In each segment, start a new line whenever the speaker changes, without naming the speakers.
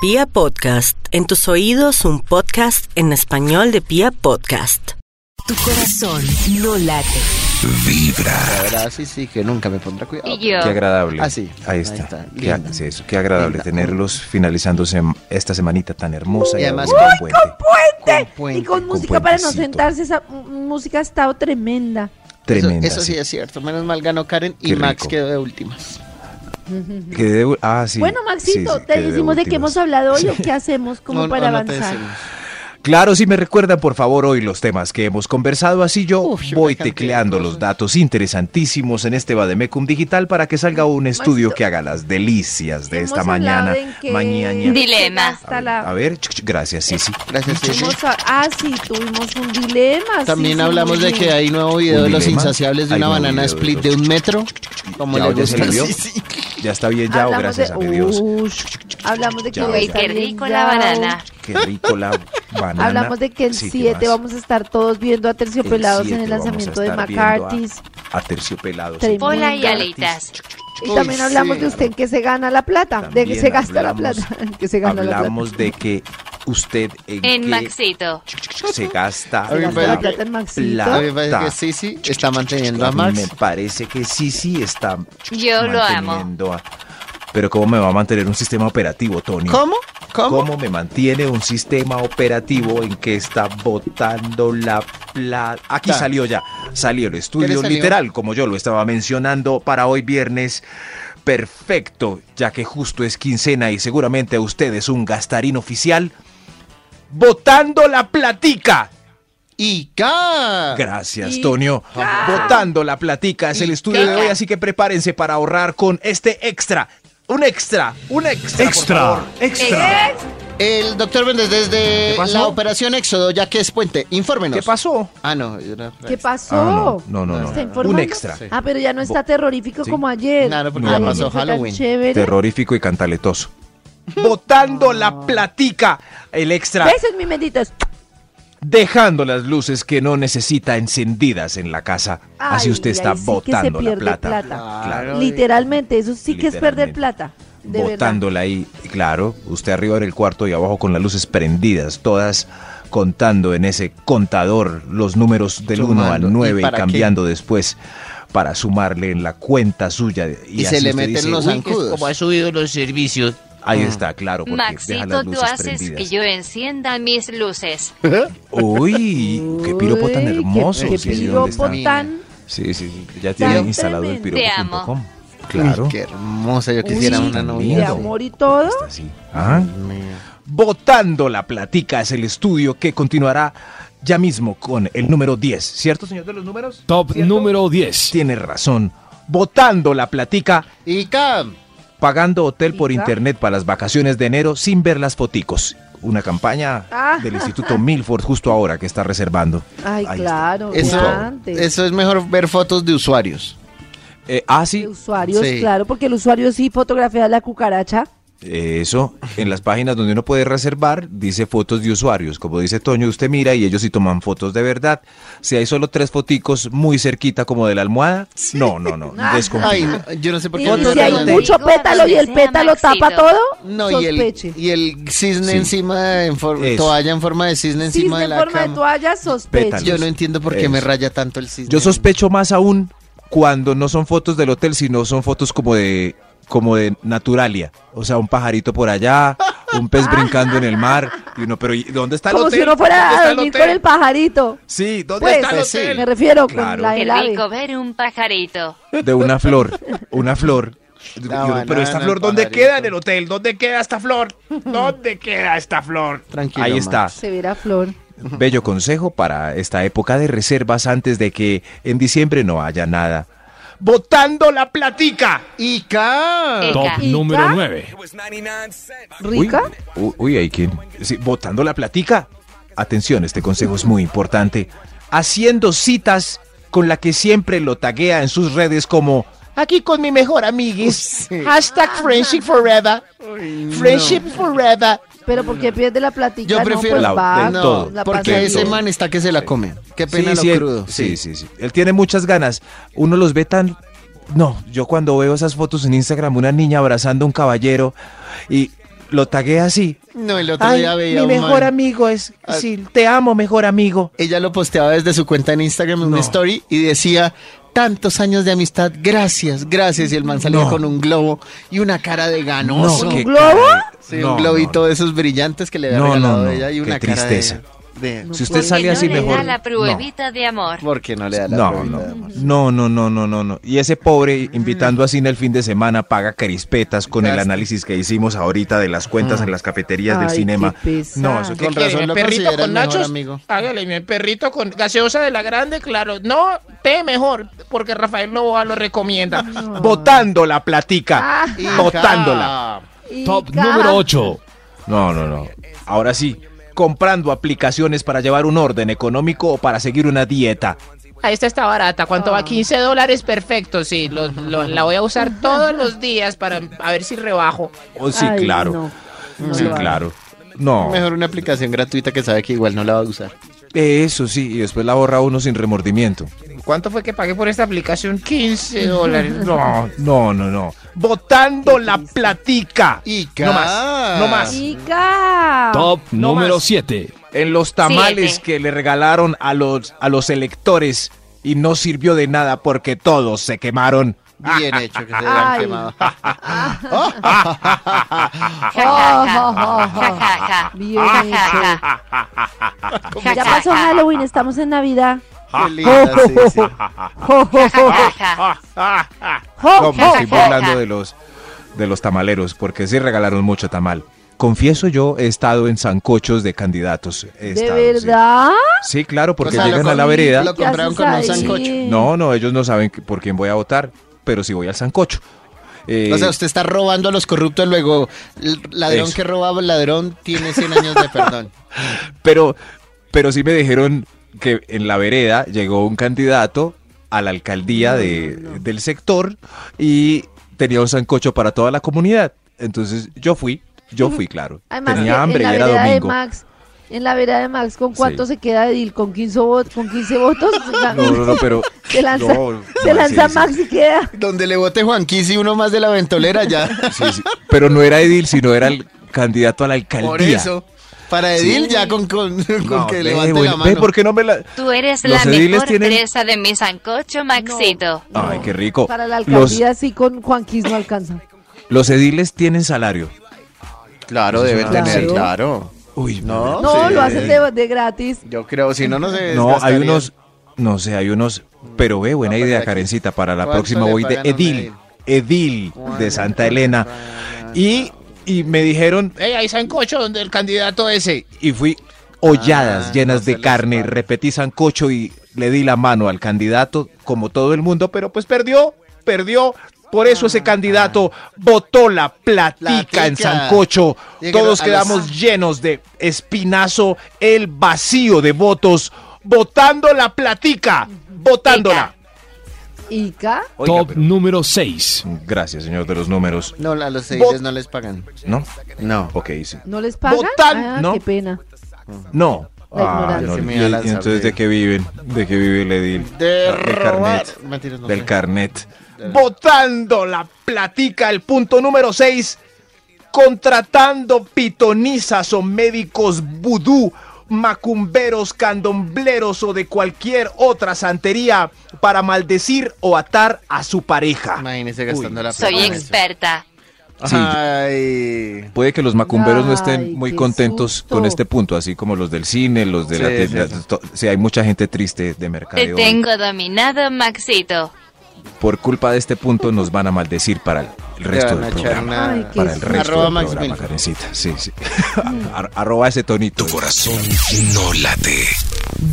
Pia Podcast, en tus oídos un podcast en español de Pia Podcast.
Tu corazón no late.
La verdad, sí, sí, que nunca me pondrá cuidado.
Y yo.
Qué agradable.
Ah, sí.
Ahí está. Qué,
Linda.
sí, eso, qué agradable
Linda.
tenerlos finalizando sem- esta semanita tan hermosa.
Y además
con
con
puente.
Con
puente.
puente,
y con
con
música para no
puentecito.
sentarse, esa mm, música ha estado tremenda.
Tremenda.
Eso, eso sí es cierto. Menos mal ganó Karen y
Qué
Max
rico.
quedó de últimas.
Quedé u- ah, sí.
bueno, Maxito,
sí, sí,
te
quedé
decimos de qué
últimas.
hemos hablado hoy o qué hacemos como
No,
para
no, no te
avanzar.
decimos.
Claro, si me recuerdan, por favor, hoy los temas que hemos conversado, así yo
Uf, una
voy
cantidad de
tecleando los
cosas.
datos interesantísimos en este Bademecum Digital para que salga un estudio
Maxito.
que haga las delicias de
Hemos
esta
hablado
mañana.
en que
Mañana.
Dile. Dilema.
se gasta
A ver,
la-
a ver, ch- ch- gracias, sí, sí.
Gracias, sí, sí.
hemos hab- Ah, sí, tuvimos un dilema. sí,
También
sí,
hablamos
muy
de que
bien.
hay nuevo video
¿Un
de los
dilema?
insaciables de
Hay
una
nuevo video
banana
de
split
los-
de un metro. Como
Ya,
le
ya se
gusta.
le dio.
Sí, sí.
Ya está bien,
oh,
ya,
Hablamos
gracias
de-
a mi Dios.
Ush, hablamos de que
Ya,
hoy
ya.
Uy,
está
qué
bien
rico la
dao.
banana.
Qué rico la banana.
oh, Hablamos de que el
Sí, ¿qué
7
más?
vamos a estar todos viendo a terciopelados
siete
en el
vamos a
lanzamiento de
estar viendo a-
McCarthy's.
A terciopelados.
Tremendo.
Hola y
Gratis.
alitas.
Y
Uy,
también hablamos
sí.
de usted en que se gana la plata, de que
También
se gasta la
hablamos-
plata, en que se gana la plata.
Hablamos de que usted en,
En
qué
Maxito.
se gasta
A mí me
la
parece que-
plata en Maxito.
A mí me parece
plata.
que sí, sí, está manteniendo a
Ah, A mí me
Max.
parece que sí, sí está
Yo lo amo.
manteniendo a- Pero ¿cómo me va a mantener un sistema operativo, Tony?
¿Cómo? ¿Cómo?
¿Cómo me mantiene un sistema operativo en que está botando la plata? Aquí
Ta.
salió ya, salió el
¿Qué le
estudio
salió?
literal, como yo lo estaba mencionando para hoy viernes. Perfecto, ya que justo es quincena y seguramente a usted es un gastarín oficial. ¡Botando la platica!
Y ca.
Gracias, Tonio. Botando la platica es el estudio de hoy, así que prepárense para ahorrar con este extra. Un extra, un extra. Extra.
Extra.
El doctor Méndez desde
pasó?
la operación Éxodo, ya que es puente, infórmenos.
¿Qué pasó?
Ah, no. era otra
¿Qué
vez.
pasó?
Ah, no, no, no,
¿Está
no.
informando?
Un extra.
Sí.
Ah, pero ya no está terrorífico
Sí.
como ayer.
Claro, porque
No,
ya
no,
pasó
no.
Fue tan
Halloween.
chévere.
terrorífico y cantaletoso. Botando la platica, el extra,
Besos, mis benditos.
dejando las luces que no necesita encendidas en la casa. Así
Ay,
usted
ahí
está
sí que se
botando la
pierde
plata.
plata.
Claro.
Literalmente, eso sí que es perder
Literalmente.
plata. De verdad.
Botándola ahí, y claro, usted arriba en el cuarto y abajo con las luces prendidas, todas contando en ese contador los números del 1
Sumando.
al
¿Y
9 y,
para qué?
cambiando después para sumarle en la cuenta suya.
Y se
así
le
usted
meten
dice,
los
"Uy, que es
zancudos".
como ha subido los servicios. Ahí
Mm.
está, claro, porque deja
Maxito,
las
tú
luces
haces
prendidas.
que yo encienda mis luces.
Uy, qué piropo tan
Uy, qué-
hermoso.
Qué,
sí, sí, ¿dónde
piropo
está?
están?
tan.
Sí, sí, sí, ya tienen
tremendo.
instalado el
Te
piropo.com.
amo.
Claro.
Uy, qué hermosa, yo
Uy,
quisiera una novia.
De
lindo.
amor y todo.
Está así. Ajá.
Dios mío.
Botando la platica es el estudio que continuará ya mismo con el número 10, ¿cierto, señor de los números?
Top
¿Cierto?
número 10.
Tiene razón. Botando la platica,
Y Cam,
pagando hotel por
Platica.
internet para las vacaciones de enero sin ver las foticos. Una campaña
Ah.
del Instituto Milford justo ahora que está reservando.
Ay,
Ahí está.
claro.
eso,
antes.
eso es mejor ver fotos de usuarios.
Eh, ah, sí.
De usuarios,
Sí.
claro, porque el usuario sí fotografía la cucaracha.
Eso, en las páginas donde uno puede reservar, dice fotos de usuarios. Como dice Toño, usted mira y ellos sí toman fotos de verdad. Si hay solo tres foticos muy cerquita como de la almohada, no, no, no, desconfío.
Ay, no, yo no sé por
Y
qué.
Fotos
si
no,
hay
no,
de-
mucho
Digo,
pétalo y
donde
el
sea,
pétalo tapa
Maxito.
todo,
no, y el,
sospeche.
y el cisne
Sí.
encima, en for-
Eso.
toalla en forma de cisne encima
Cisne
de
en
la
forma de
cama.
toalla, sospecha.
Pétalos.
Yo no entiendo por qué me
Eso.
raya tanto el cisne.
Yo sospecho más aún cuando no son fotos del hotel, sino son fotos como de como de naturalia, o sea, un pajarito por allá, un pez brincando en el mar y uno, pero ¿y ¿dónde está el
Como
hotel?
si uno fuera
¿Dónde
a
está el
dormir
hotel?
con el pajarito.
Sí, ¿dónde
Pues,
está el
Pues sí.
hotel?
Me refiero
Claro.
con la
Qué
del ave.
rico ver un pajarito.
de una flor, una flor. Y uno, pero
banana,
esta
el
flor, ¿dónde
pajarito.
queda en el hotel? ¿Dónde queda esta flor? ¿Dónde queda esta flor?
Tranquilo,
Ahí está.
Se verá flor.
Bello consejo para esta época de reservas antes de que en diciembre no haya nada. Botando la platica.
Y Cam.
Eh.
Top
Rica.
número 9.
¿Rica?
Uy, uy, hay quien. Sí, botando la platica. Atención, este consejo es muy importante. Haciendo citas con la que siempre lo taguea en sus redes como aquí con mi mejor amiguis. Hashtag friendship forever. Friendship forever.
Pero porque pierde la platica.
Yo prefiero
no,
la-
pues, va,
de
no,
todo,
la pasa
porque ese
bien.
man está que se la come. Qué pena
sí,
lo
él-
crudo.
Sí, sí, sí. Él tiene muchas ganas. Uno los ve tan. No, yo cuando veo esas fotos en Instagram, una niña abrazando a un caballero y lo tagué así.
No, el otro día veía. un man-
amigo es,
Ah. sí,
te amo, mejor amigo.
Ella lo posteaba desde su cuenta en Instagram en
No.
una story y decía tantos años de amistad, gracias, gracias. Y el man salía
No.
con un globo y una cara de ganoso.
No,
¿Un
qué
globo?
Sí, un globito de esos brillantes que le había
No, no,
regalado
no,
ella y
qué
una cara de-
tristeza.
de,
Si usted
Porque
sale
no
así
le
mejor.
Da la pruebita de amor.
¿Por qué no le da la
No,
probita
no,
de amor?
no, no, no, no, no, no. Y ese pobre
Mm.
invitando a cine el fin de semana paga crispetas con el
Gasto.
análisis que hicimos ahorita de las cuentas en las cafeterías del
Ay,
cinema.
qué pesar.
No, eso
Con
que
razón lo consideran mejor amigo.
Hágale, mi perrito con gaseosa de la grande, claro. No, té mejor, porque Rafael Novoa lo recomienda.
botando la platica,
Ah.
Hija.
botándola.
Top
Ica.
número 8.
No, no, no. Ahora sí, comprando aplicaciones para llevar un orden económico o para seguir una dieta.
Ah, esta está barata. ¿Cuánto
Ah.
va? 15 dólares, perfecto. Sí, lo- lo- la voy a usar todos los días para a ver si rebajo.
Oh, sí,
Ay,
claro.
no. No
Sí,
lo hagas.
claro. No.
Mejor una aplicación gratuita que sabe que igual no la va a usar.
Eso sí, y después la borra uno sin remordimiento.
¿Cuánto fue que pagué por esta aplicación? 15 dólares. No.
No, no, no. Botando la platica.
Ica.
No más, no más.
Ica.
Top
No
número
más.
7.
En los tamales
Siete.
que le regalaron a los, a los electores y no sirvió de nada porque todos se quemaron.
Bien hecho que se hayan
Ay.
quemado.
Ja, ja, ja.
Oh, oh, oh, oh.
Ja, ja, ja.
Bien
Ja,
hecho.
ja, ja. Ja,
Ya
ja,
pasó
ja.
Halloween, estamos en Navidad.
Ah,
Qué linda, sí, sí.
Ja, ja, ja.
No, me estoy burlando de los, de los tamaleros porque sí regalaron mucho tamal. Confieso yo, he estado en sancochos de candidatos. He
¿De
estado, sí.
verdad?
Sí, claro, porque
O sea, lo
llegan a la
com-
vereda.
Lo
¿Qué
compraron
haces
con un
ahí?
sancocho.
No, no, ellos no saben que- por quién voy a votar, pero sí voy al sancocho. Eh,
O sea, usted está robando a los corruptos, luego el ladrón
Eso.
que robaba ladrón tiene 100 años de perdón.
pero, pero sí me dijeron que en la vereda llegó un candidato a la alcaldía de- del sector y tenía un sancocho para toda la comunidad. Entonces yo fui, yo fui, claro.
Además, que
tenía hambre
en
y
la
era
vereda de
domingo.
Max, en la vereda de Max, ¿con cuánto
Sí.
se queda de deal? ¿Con 15, vo- con 15 votos?
No, no, no, pero.
Se lanza,
no,
se
no,
lanza
sí, sí,
Max y queda.
Donde le vote Juanquis y uno más de la ventolera ya.
sí, sí. Pero no era Edil, sino era el candidato a la alcaldía.
Por eso, para Edil ya con, con, con
No,
que
ve,
levante
bueno,
la
ve,
mano.
¿por qué no me la.?
Tú eres
Los
la
ediles
mejor
tienen-
presa de mi sancocho, Maxito.
Ay, qué rico.
Para la
Los,
alcaldía sí con Juanquis no alcanza.
los ediles tienen salario.
Claro, debe
Claro.
tener, claro.
Uy,
No,
No,
sí.
lo hacen de, de gratis.
Yo creo, si no, no se
No, hay
desgastaría.
unos, no sé, hay unos, pero ve, buena
No, pero
idea,
aquí-
Karencita, para la
¿cuánto
próxima
le
voy de
pagan a un
Edil, Edil de Santa
le
Elena.
pagan a-
Y, y me dijeron,
Ey, ahí sancocho donde el candidato ese.
y fui holladas
Ah,
llenas
no se
de
les
carne,
paga.
repetí sancocho y le di la mano al candidato, como todo el mundo, pero pues perdió, perdió. Por eso ese candidato votó la platica en
Ah, Platica.
sancocho.
Llegaron
Todos
a los-
quedamos llenos de espinazo, el vacío de votos, votando la platica, votándola.
Ica.
Oiga,
Top
pero-
número 6.
Gracias, señor de los números.
No, a los
Vot-
ediles no les pagan.
¿No?
No.
Ok, sí.
¿No les pagan?
Votan,
Ah,
¿no?
qué pena.
No.
La
Ah,
ignorancia.
no,
Se me
y-
da
y
la
entonces, ¿de
sardina.
qué viven? ¿De qué vive el edil? Ah,
De
Del
robar.
carnet.
Mentiras, no
Del
sé.
carnet. Votando la platica, el punto número 6. Contratando pitonizas o médicos vudú, macumberos, candombleros o de cualquier otra santería para maldecir o atar a su pareja.
Imagínese gastando
Uy.
la plata.
Soy
en eso.
experta.
Sí,
Ay.
Puede que los macumberos no
Ay,
estén muy
qué
contentos
susto.
con este punto, así como los del cine, los de la
Sí,
tienda.
sí, sí.
to- sí, hay mucha gente triste de
Te
mercadeo.
tengo dominado, Maxito.
Por culpa de este punto nos van a maldecir para el resto
van a
del
echar
programa.
una-
Ay, qué
Para el resto
Arroba
del
Max
programa,
Milford.
Karencita. Sí, sí. Ar- arroba ese tonito.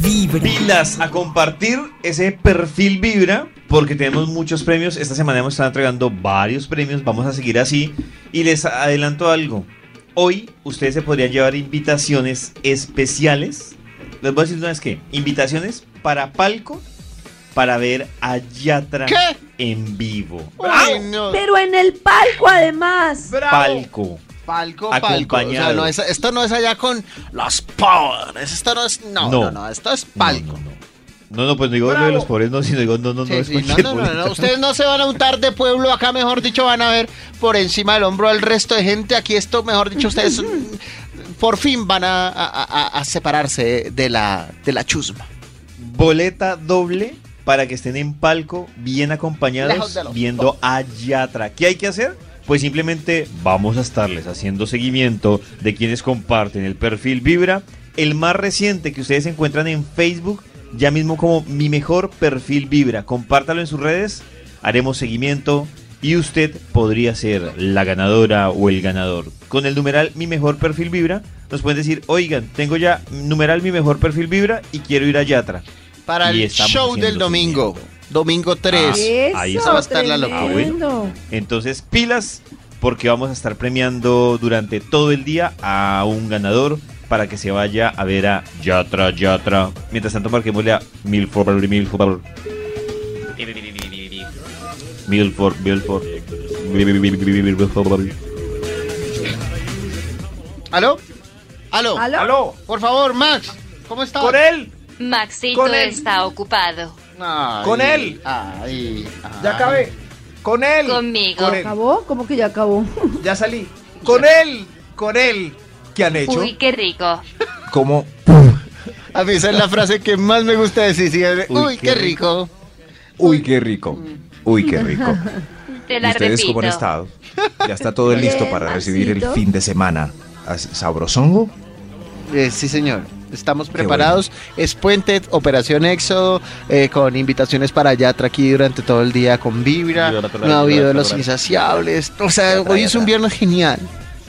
Vibra.
Pilas a compartir ese perfil Vibra porque tenemos muchos premios. Esta semana hemos estado entregando varios premios. Vamos a seguir así. Y les adelanto algo. Hoy ustedes se podrían llevar invitaciones especiales. Les voy a decir una vez que invitaciones para palco para ver a Yatra
¿Qué?
en vivo.
Ay, no.
Pero en el palco, además.
Palco.
Palco, palco. O sea,
Acompañado.
no es- esto no es allá con los powers. Esto no es. No, no,
No.
no. esto es palco.
No, no, no. No, no, pues no digo lo de los pobres, no, sino digo, no, no, no,
Sí,
es
sí, no,
cualquier
no, no, no,
boleta.
Ustedes no se van a untar de pueblo acá, mejor dicho, van a ver por encima del hombro al resto de gente. Aquí esto, mejor dicho, ustedes mm, por fin van a, a- a- a separarse de la, de la chusma.
Boleta doble para que estén en palco, bien
Lejos
acompañados,
de los
viendo a Yatra. ¿Qué hay que hacer? Pues simplemente vamos a estarles haciendo seguimiento de quienes comparten el perfil Vibra. El más reciente que ustedes encuentran en Facebook, ya mismo como mi mejor perfil Vibra. Compártalo en sus redes, haremos seguimiento y usted podría ser la ganadora o el ganador. Con el numeral mi mejor perfil Vibra, nos pueden decir, oigan, tengo ya numeral mi mejor perfil Vibra y quiero ir a Yatra.
Para
Y
el
estamos
show del
haciendo
domingo, domingo 3.
Eso,
ahí está. Va
a estar la locura.
tremendo.
Entonces, pilas, porque vamos a estar premiando durante todo el día a un ganador para que se vaya a ver a Yatra Yatra. Mientras tanto, marquémosle a Milford, Milford, Milford, Milford. Milford.
¿Aló? ¿Aló?
¿Aló?
Por favor, Max, ¿cómo está?
¡Por él!
Maxito
Con él.
está ocupado.
Ay,
Con él.
ay, ay.
¡Ya acabé! ¡Con él!
Conmigo.
Con él.
¿Acabó? ¿Cómo que ya acabó?
¡Ya salí! ¡Con él! ¡Con él! ¿Qué han hecho?
Uy, qué rico.
¿Cómo?
A mí esa es la frase que más me gusta decir. sí, es de,
Uy,
Uy,
qué
qué rico.
¡Uy, qué rico!
Mm.
¡Uy, qué rico!
Te
¿Y
la
ustedes
repito.
cómo han estado? Ya está todo
Bien,
listo para recibir el
Maxito.
fin de semana. Ah, ¿As- ¿Sabrosongo?
Eh, sí, señor. Estamos preparados. Es Puente, Operación Éxodo, eh, con invitaciones para Yatra aquí durante todo el día con Vibra.
Vibra natural,
No ha habido
vibra
los
natural.
insaciables. O sea,
Yatra,
hoy es un
Yatra.
viernes genial.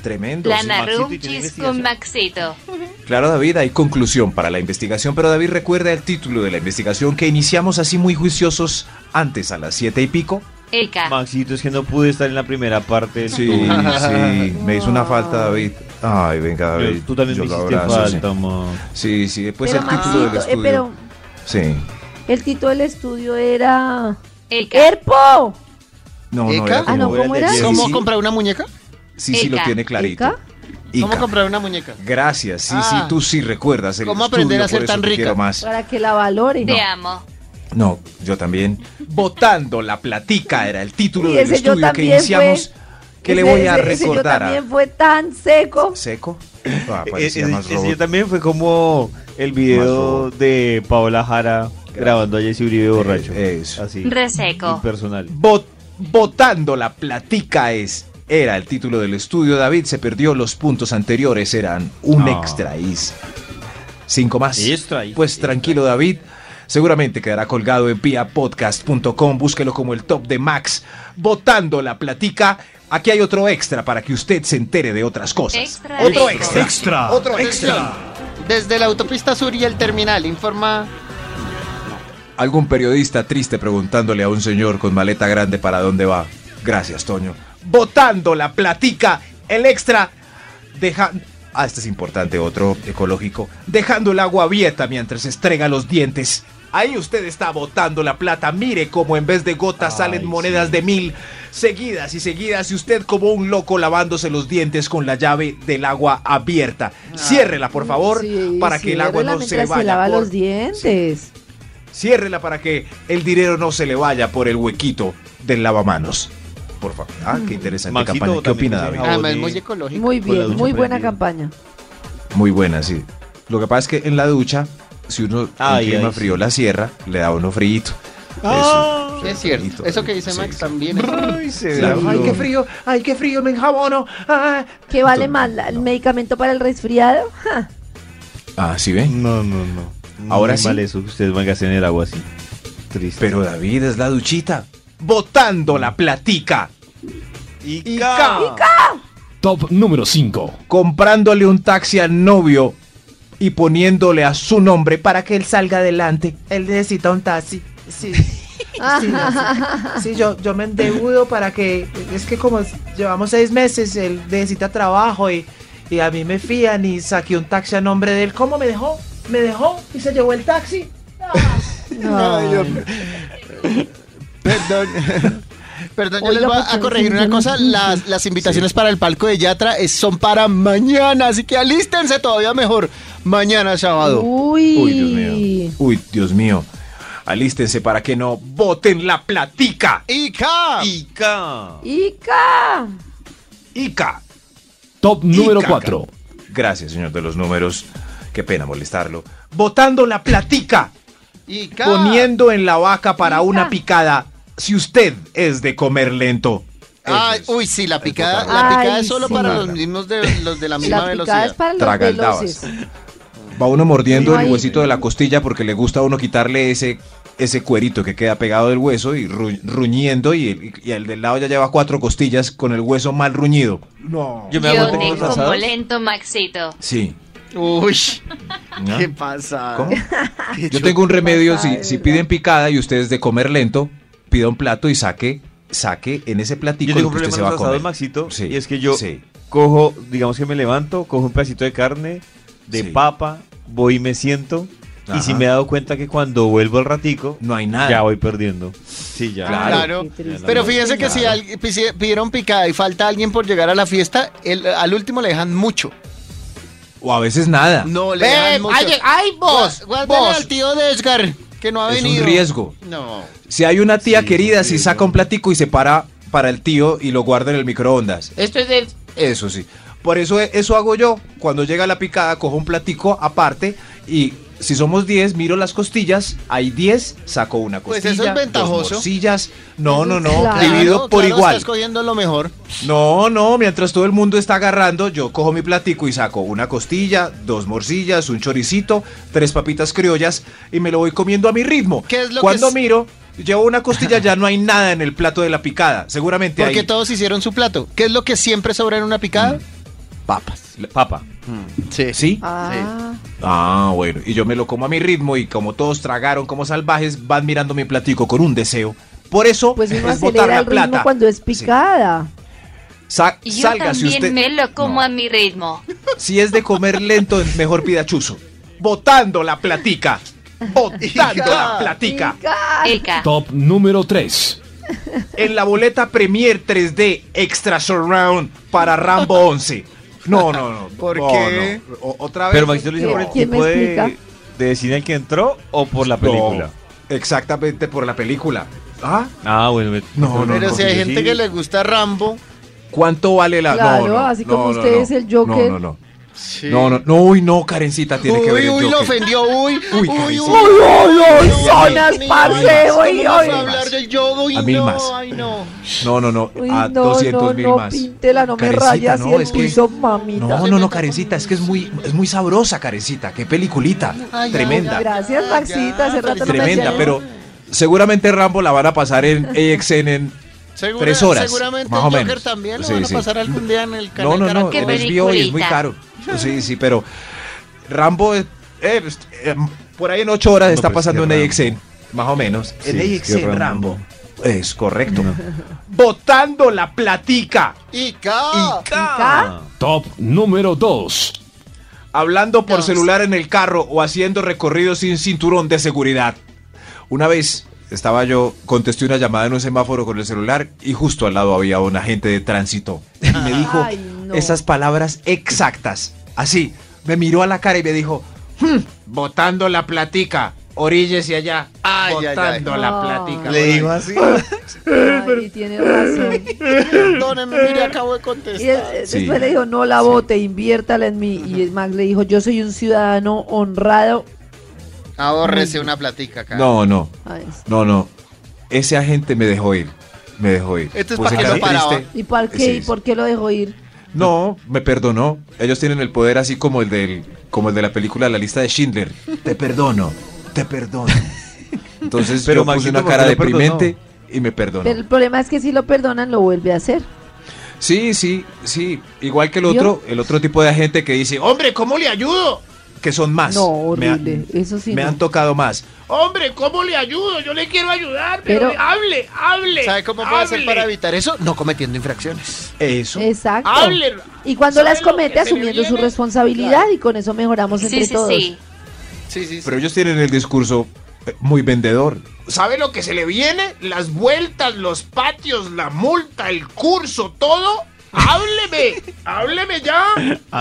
Tremendo.
La
sí.
narrunchis con Maxito.
Claro, David, hay conclusión para la investigación, pero David recuerda el título de la investigación que iniciamos así muy juiciosos antes a las siete y pico.
Eka.
Maxito, es que no pude estar en la primera parte del
Sí,
tour.
sí, me hizo una falta, David. Ay, venga,
Yo-
David.
Tú también
yo
me
lo
hiciste
abrazo, sí.
falta, Max.
Sí, sí, pues
pero
el título del
Maxito, eh,
estudio.
pero
Sí.
el título del estudio era... Eh,
Eka.
¡Erpo!
No, no,
¿Eca?
era
Ah, no,
como-
¿cómo era?
Sí,
¿Cómo
Eh, sí.
comprar una muñeca?
Sí, sí, lo
Eca.
tiene clarito.
¿Ica?
¿Cómo
Ica.
comprar una muñeca?
Gracias, sí,
Ah.
sí, tú sí recuerdas el
¿Cómo aprender
estudio,
a ser
por eso
tan
te
rica?
quiero más.
Para que la valore.
Te amo.
No, yo también. Botando la platica era el título
Y
del
ese yo
estudio que
también
iniciamos.
fue-
que le
Ese-
voy a
ese- ese
recordar
yo
a
también fue tan seco.
Seco? Ah,
E-, Ese,
parecía más
ese
robot.
eh, yo también fue como el video
robot.
de Paola Jara grabando a Jesse Uribe borracho.
Eh, eso.
Así.
Reseco.
Impersonal.
Bot- botando la platica es. Era el título del estudio, David se perdió los puntos anteriores, eran un
Ah.
extra is. Cinco más.
Extra is,
Pues
extra
tranquilo, David. Seguramente quedará colgado en piapodcast.com. Búsquelo como el top de Max. Botando la platica. Aquí hay otro extra para que usted se entere de otras cosas.
Extra
otro
rico.
extra. Otro Ah. extra.
Desde la autopista sur y el terminal, informa.
Algún periodista triste preguntándole a un señor con maleta grande para dónde va. Gracias, Toño. Botando la platica, el extra. Deja. Ah, este es importante, otro ecológico. Dejando el agua abierta mientras estrega los dientes. Ahí usted está botando la plata. Mire cómo en vez de gotas
Ay,
salen monedas
sí.
de mil, seguidas y seguidas, y usted como un loco lavándose los dientes con la llave del agua abierta. Ciérrela, por favor,
Sí,
para que el agua
ciérrela
no se
mientras
vaya.
lava
por-
los dientes.
Ciérrela para que el dinero no se le vaya por el huequito del lavamanos. Por favor. Ah, qué interesante
Maxito,
campaña. ¿Qué
también
opina
dice-
David?
Ah,
Además,
sí.
muy ecológico.
Muy
Con la
bien,
ducha
muy buena
prendida.
campaña.
Muy buena, sí. Lo que pasa es que en la ducha, si uno en
Ay,
clima
ay,
frío
sí.
la cierra, le da uno frito.
Ah,
Es cierto. Eso que dice Max también. es-
Ay, qué frío, ay, qué frío, me enjabono. Ah,
¿Qué vale
No,
más? la- ¿El medicamento para el resfriado? Ja.
ah sí ven.
No, no, no.
Ahora
Muy
sí.
mal eso que ustedes van a hacer en el agua así. Triste.
Pero David es la duchita. Botando la platica.
y
Top número 5.
Comprándole un taxi al novio y poniéndole a su nombre para que él salga adelante.
Él necesita un taxi. Sí.
Ah,
Sí, no, sí. Sí, yo, yo me endeudo para que. Es que como llevamos seis meses, él necesita trabajo y, y a mí me fían y saqué un taxi a nombre de él. ¿Cómo me dejó? Me dejó y se llevó el taxi.
No.
Perdón. Perdón, yo
Oiga,
les voy
porque
a corregir
sí,
una
yo no
cosa.
dije.
Las, las invitaciones para el palco de Yatra es- son para mañana, así que alístense todavía mejor. Mañana sábado.
Uy.
Uy, Dios mío. Uy, Dios mío. Alístense para que no voten la platica.
¡Ica!
Ica.
¡Ica!
Ica.
Top número
Ica.
4.
Gracias, señor de los números. Qué pena molestarlo. Votando la platica.
¡Ica!
Poniendo en la vaca para
Ica.
una picada. Si usted es de comer lento. Eso
Ay,
es.
uy, sí, la
es
picada,
votar.
la picada
Ay,
es solo
sí.
para los mismos de los de la misma
La picada
velocidad.
es para los
Traga el
veloces.
Va uno mordiendo
Ay.
el huesito de la costilla porque le gusta a uno quitarle ese, ese cuerito que queda pegado del hueso y ru- ruñendo y el, y el del lado ya lleva cuatro costillas con el hueso mal ruñido. No.
Yo me hago
Yo
todos
te
los
como
asados.
lento, Maxito.
Sí.
Uy,
¿no?
qué pasa.
¿Ah? ¿Cómo? Yo tengo un remedio, si, si piden picada y ustedes de comer lento, pida un plato y saque, saque en ese platico
Yo
lo que
tengo un
usted se va
problema con los
a comer.
asados, Maxito,
Sí,
y es que yo
sí.
cojo, digamos que me levanto, cojo un pedacito de carne, de
Sí.
papa, voy y me siento,
Ajá.
y si me he dado cuenta que cuando vuelvo al ratico,
No hay nada.
ya voy perdiendo. Sí, ya.
Claro.
Claro.
Qué triste.
Pero fíjense que si
Claro.
alguien- pisi- pidieron picada y falta alguien por llegar a la fiesta, el- al último le dejan mucho.
O a veces nada.
No, le
Ven,
dejan mucho.
ay, ay, ah, vos,
Gua- guárdale al
vos.
tío de Edgar, que no ha
es
venido.
un riesgo.
No.
Si hay una tía
Sí,
querida,
sí,
si saca
no.
un platico y se para para el tío y lo guarda en el microondas.
Esto es del...
Eso sí. Por eso eso hago yo. Cuando llega la picada, cojo un platico aparte y si somos 10, miro las costillas, hay 10, saco una
Pues
costilla.
eso es ventajoso.
Dos morcillas. No, no, no,
Claro,
divido por
claro,
igual.
Estás cogiendo lo mejor.
No, no, mientras todo el mundo está agarrando, yo cojo mi platico y saco una costilla, dos morcillas, un choricito, tres papitas criollas y me lo voy comiendo a mi ritmo.
¿Qué es lo que
Cuando
es?
miro, llevo una costilla, ya no hay nada en el plato de la picada. Seguramente
Porque
hay
todos hicieron su plato. ¿Qué es lo que siempre sobra en una picada?
papas. Papa.
Sí.
¿Sí?
Ah,
Ah, bueno. Y yo me lo como a mi ritmo y como todos tragaron como salvajes, van mirando mi platico con un deseo. Por eso
pues uno
es botar
acelera
la
el ritmo
plata.
cuando es picada.
Sa-
Y Yo
salga, si
también
usted...
me lo como
No.
a mi ritmo.
Si es de comer lento, mejor pida chuzo. Botando la platica. Botando la platica.
Pica.
Eca.
Top número 3.
En la boleta Premier 3D Extra Surround para Rambo 11. No, no, no.
¿Por
no,
qué?
no. O- otra vez.
Pero Maxito lo hizo
¿Quién-
por el
quién me
tipo de,
explica?
de cine al que entró o por la
No,
película.
exactamente por la película. ¿Ah?
Ah, bueno. me-
No, no,
Pero si hay gente
sí.
que le gusta Rambo.
¿Cuánto vale la.? no,
Claro,
no,
así
no,
como
no,
usted
no.
es el Joker.
No, no, no. No, no, no, uy, no, Karencita tiene que ver.
Uy,
el
uy, lo
Joker.
ofendió, uy. Uy, uy, uy.
uy, uy, zonas,
Dios mío,
parce,
¿cómo
uy,
no va
uy.
a hablar del yogo? Uy,
A mil
no,
más.
ay, no.
No, no, no.
Uy,
a
no,
200
no,
mil
no,
más.
píntela, no me
Karencita,
rayas
no,
y el
es que-
piso, mamita.
No, no, no, Karencita, es que es muy, es muy sabrosa, Karencita. Qué peliculita.
Ay,
tremenda.
ay,
Gracias, Maxita, hace rato no me
tremenda,
hacían-
pero seguramente Rambo la van a pasar en AXN en
Segura-
tres horas.
Seguramente
más
el
o
Joker
menos.
también lo
Sí,
van a
sí.
pasar algún día en el
No,
canal.
no, no,
Caracol.
Qué
el desvío hoy es muy
peliculita.
caro. Sí, sí, pero Rambo eh, eh, eh, por ahí en ocho horas
No,
está
pero es que
pasando en
Rambo.
AXN, más o menos.
Sí, es que Rambo.
Es correcto. Botando la platica.
Ica.
Ah.
Ah.
Pica.
Top número 2.
hablando por
Dos.
celular en el carro o haciendo recorridos sin cinturón de seguridad. Una vez estaba yo, contesté una llamada en un semáforo con el celular y justo al lado había un agente de tránsito. Y me dijo
Ay, no.
esas palabras exactas. Así, me miró a la cara y me dijo, "Hmm, botando la platica, oríllese allá,
Ay, ay, ay.
botando la
No.
platica.
Le digo así.
Ay, tiene razón.
Perdónenme, mire, acabo de
Y
contestar.
él, eh,
Sí.
después le dijo, no la bote, inviértala en mí. Y el Max le dijo, yo soy un ciudadano honrado.
Ahórrese una platica acá.
No, no,
Ay,
no, no. Ese agente me dejó ir. Me dejó ir.
Esto es
Puse
pa' que lo
cara
paraba.
pues triste.
¿Y por qué?
Sí,
¿Y
sí.
por qué lo dejó ir?
No, me perdonó. Ellos tienen el poder así como el del, como el de la película La lista de Schindler. Te perdono, te perdono. Entonces
Pero
yo puse
Maxito,
una
¿por qué
cara
lo perdonó?
deprimente y me perdonó.
Pero el problema es que si lo perdonan, lo vuelve a hacer.
Sí, sí, sí. Igual que el
¿Vio?
otro, el otro tipo de agente que dice, hombre, ¿cómo le ayudo? Que son más.
No,
Me ha-
horrible. Eso sí.
Me
no.
han tocado más.
Hombre, ¿cómo le ayudo? Yo le quiero ayudar,
pero Pero-
hable, hable.
¿Sabe cómo puede hacer para evitar eso? No cometiendo infracciones.
Eso.
Exacto.
Hable.
Y cuando
¿Sabe
las
lo que
comete,
se
asumiendo
le
su
viene?
responsabilidad y con eso mejoramos entre
Sí, sí,
todos.
sí.
Sí, sí, sí.
Pero ellos tienen el discurso eh, muy vendedor.
¿Sabe lo que se le viene? Las vueltas, los patios, la multa, el curso, todo. Hábleme, hábleme ya.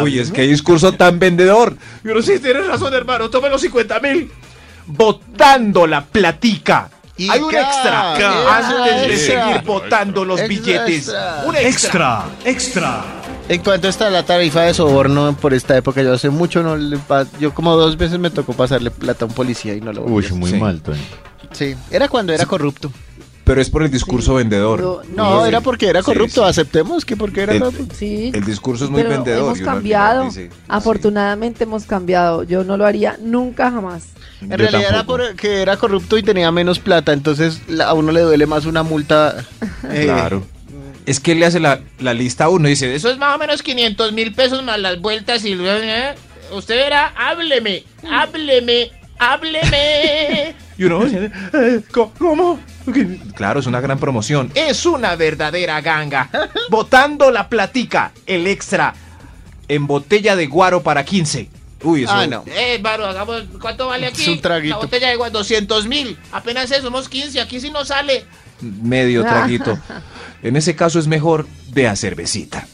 Uy, es que discurso tan vendedor.
Pero sí, tienes razón, hermano. Tome los 50 mil.
botando la platica.
Y
Hay un
ca-
extra
ca-
antes de
extra.
seguir botando los
Extra.
billetes. Un extra.
Extra, extra.
En cuanto está la tarifa de soborno por esta época, yo hace mucho no le pa- yo como dos veces me tocó pasarle plata a un policía y no lo volví a
Uy,
hacer.
muy
Sí.
mal, Tony.
Sí, era cuando era corrupto.
Pero es por el discurso vendedor.
Pero-
No,
Sí.
era porque era
Sí, sí.
corrupto,
Eh,
aceptemos que porque era
El-
corrupto.
Sí.
El discurso es muy
Pero
vendedor.
Hemos
y uno al
cambiado.
final dice,
Afortunadamente hemos cambiado. Yo no lo haría nunca jamás.
En
Yo
realidad era
tampoco.
porque era corrupto y tenía menos plata, entonces la- a uno le duele más una multa.
sí,
eh,
claro. Es que le hace la, la lista a uno y dice, eso
Eso es más o menos 500 mil pesos más las vueltas y... ¿eh? Usted verá, hábleme, hábleme, hábleme.
Y uno, "Eh, ¿cómo? Claro, es una gran promoción. Es una verdadera ganga. Botando la platica, el extra. En botella de guaro para 15. Uy, eso.
Ah, no.
eh, Baro, hagamos... ¿Cuánto vale aquí?
Es un traguito.
La botella de agua, 200 mil. Apenas eso, somos 15, aquí sí no sale.
Medio
Ah.
traguito. En ese caso es mejor de a cervecita.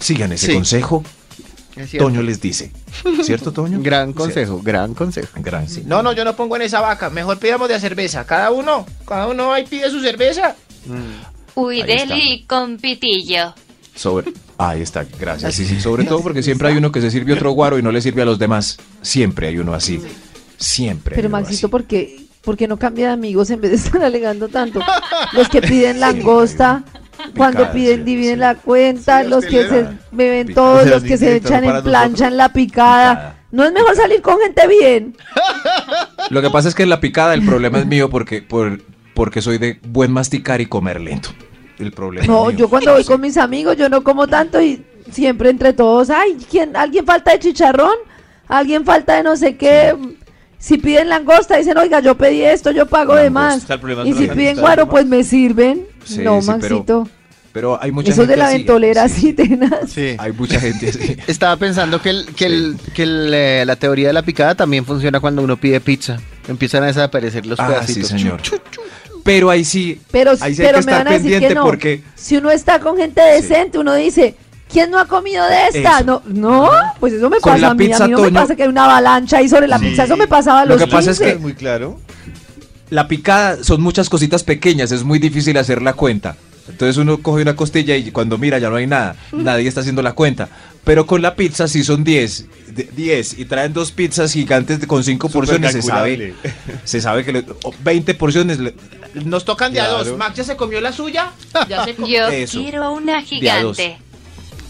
Sigan ese
Sí.
consejo.
Es cierto.
Toño les dice. ¿Cierto, Toño?
Gran consejo, gran consejo.
Cierto. Gran, sí.
No, no, yo no pongo en esa vaca. Mejor pidamos de a cerveza. Cada uno, cada uno ahí pide su cerveza.
Uy,
Ahí está.
deli con pitillo.
Sobre... ah, Ahí está, gracias. Sí, sí, Sobre todo porque siempre hay uno que se sirve otro guaro y no le sirve a los demás. Siempre hay uno así. Siempre. hay
Pero
uno
Maxito,
así.
¿por qué, por qué no cambia de amigos en vez de estar alegando tanto? Los que piden langosta, cuando
Picada,
piden
sí,
dividen
sí.
la cuenta,
Sí,
los
los
que
que
se
le-
beben
Picada.
todos,
O sea,
los que
ni
se
directo
echan
para
en plancha
nosotros.
en la picada.
Picada.
¿No es mejor salir con gente bien?
Lo que pasa es que en la picada el problema es mío porque, por, porque soy de buen masticar y comer lento. El problema
No,
es mío.
yo cuando voy con mis amigos, yo no como tanto y siempre entre todos, ay, ¿quién, ¿alguien falta de chicharrón? ¿Alguien falta de no sé qué? Si piden langosta, dicen, oiga, yo pedí esto, yo pago de
Langosta,
más.
el problema es
Y
la
si
langosta,
piden
¿no?
guaro, pues me sirven.
Sí,
no,
sí, pero
Maxito.
Pero hay mucha
Eso
gente
de la
así,
ventolera, sí, tenaz.
Sí.
Hay mucha gente así.
Estaba pensando que, el- que, el- que el, eh, la teoría de la picada también funciona cuando uno pide pizza. Empiezan a desaparecer los
Ah, sí,
pedacitos.
señor. Pero ahí sí,
Pero,
ahí sí hay
pero
que
me
estar
van a decir
pendiente
que no.
porque
Si uno está con gente decente, uno dice, ¿quién no ha comido de esta?
Eso.
No, no, pues eso me
Con
pasa
la
a mí.
pizza,
a mí no
Toño.
me pasa que hay una avalancha ahí sobre la
Sí.
pizza. Eso me pasaba a
Lo
los
que pasa es
15.
que-
Muy claro.
la picada son muchas cositas pequeñas, es muy difícil hacer la cuenta. Entonces uno coge una costilla y cuando mira ya no hay nada, nadie está haciendo la cuenta. Pero con la pizza sí son 10, de- 10 y traen dos pizzas gigantes de- con 5 porciones, se sabe, se sabe que le- o 20 porciones le-
Nos tocan de a
Claro.
dos. Max ya se comió la suya. Ya se comió.
Yo
Eso.
quiero a una
De a dos.
gigante.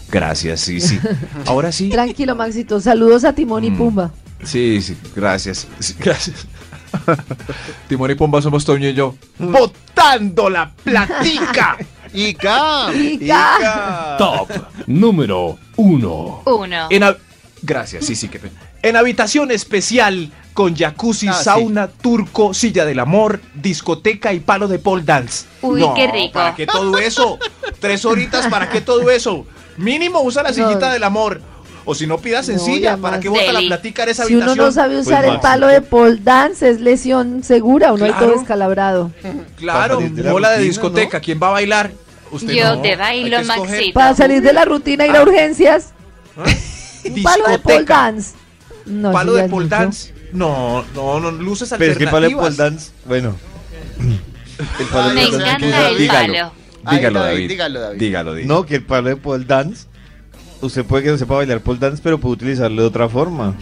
Gracias, sí, sí. Ahora sí.
Tranquilo, Maxito. Saludos a Timón y
Mm.
Pumba.
Sí, sí, gracias. sí, gracias. Timón y Pomba somos Toño y yo. ¡Botando la platica!
Y ca-
Y ya.
Top número uno.
Uno.
Ah. en hab- Gracias, sí, sí, qué pena. En habitación especial con jacuzzi,
Ah, sí.
sauna, turco, silla del amor, discoteca y palo de pole dance.
Uy,
No,
qué rico.
¿Para qué todo eso? Tres horitas, ¿para qué todo eso? Mínimo usa la sillita
No.
del amor. O si no pidas en
No,
silla,
ya
¿para
más.
qué bota la
Deli.
platica en esa
Si uno
habitación? pues,
no sabe usar el
Max.
palo de pole dance, es lesión segura. Uno hay todo
Claro.
descalabrado.
Claro,
Para salir de la
bola de
rutina,
discoteca, ¿quién va a bailar?
Yo
no,
te
hay
bailo,
que escoger.
Maxito.
Para salir de la rutina y ir a urgencias, un palo de pole
Ah. Discoteca,
dance. No,
palo
sí, ya
de
es
pole
mucho.
dance. No, no, no, luces
Pero es que el
alternativas.
palo de pole dance, bueno. El palo de
Me
Ay,
pole dance-
encanta el
Dígalo.
palo.
Ay, David, dígalo, David.
Dígalo,
No, que el palo de pole dance. Usted puede que no sepa bailar pole dance, pero puede utilizarlo de otra forma.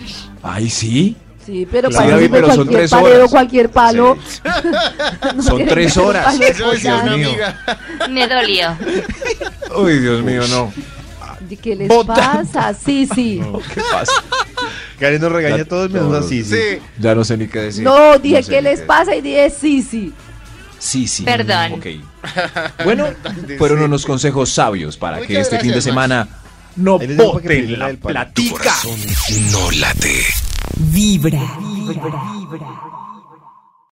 Ay, sí.
Sí, pero,
Sí,
para
David,
eso
pero son
cualquier
tres
palero,
horas.
cualquier palo.
Sí.
no
Son
tiene
tres
que ser un
horas.
palo de
Eso
pole
decía una
dance.
amiga.
Me dolió.
Uy, Dios mío, no.
¿De ¿Qué les
Botando.
pasa? Sí, sí.
No, ¿Qué pasa?
Karen nos regaña
Ya-
a todos menos
no,
así.
Sí.
Ya no sé ni qué decir.
No, dije,
sé
¿qué
ni
les
decir.
pasa? Y dije, sí, sí.
Sí, sí.
Perdón.
Ok. Bueno, fueron unos consejos sabios para
Muchas
que este fin de
gracias,
semana no
Ahí les dejo para que
boten
pillen
la
el palo.
platica.
Vibra. Vibra.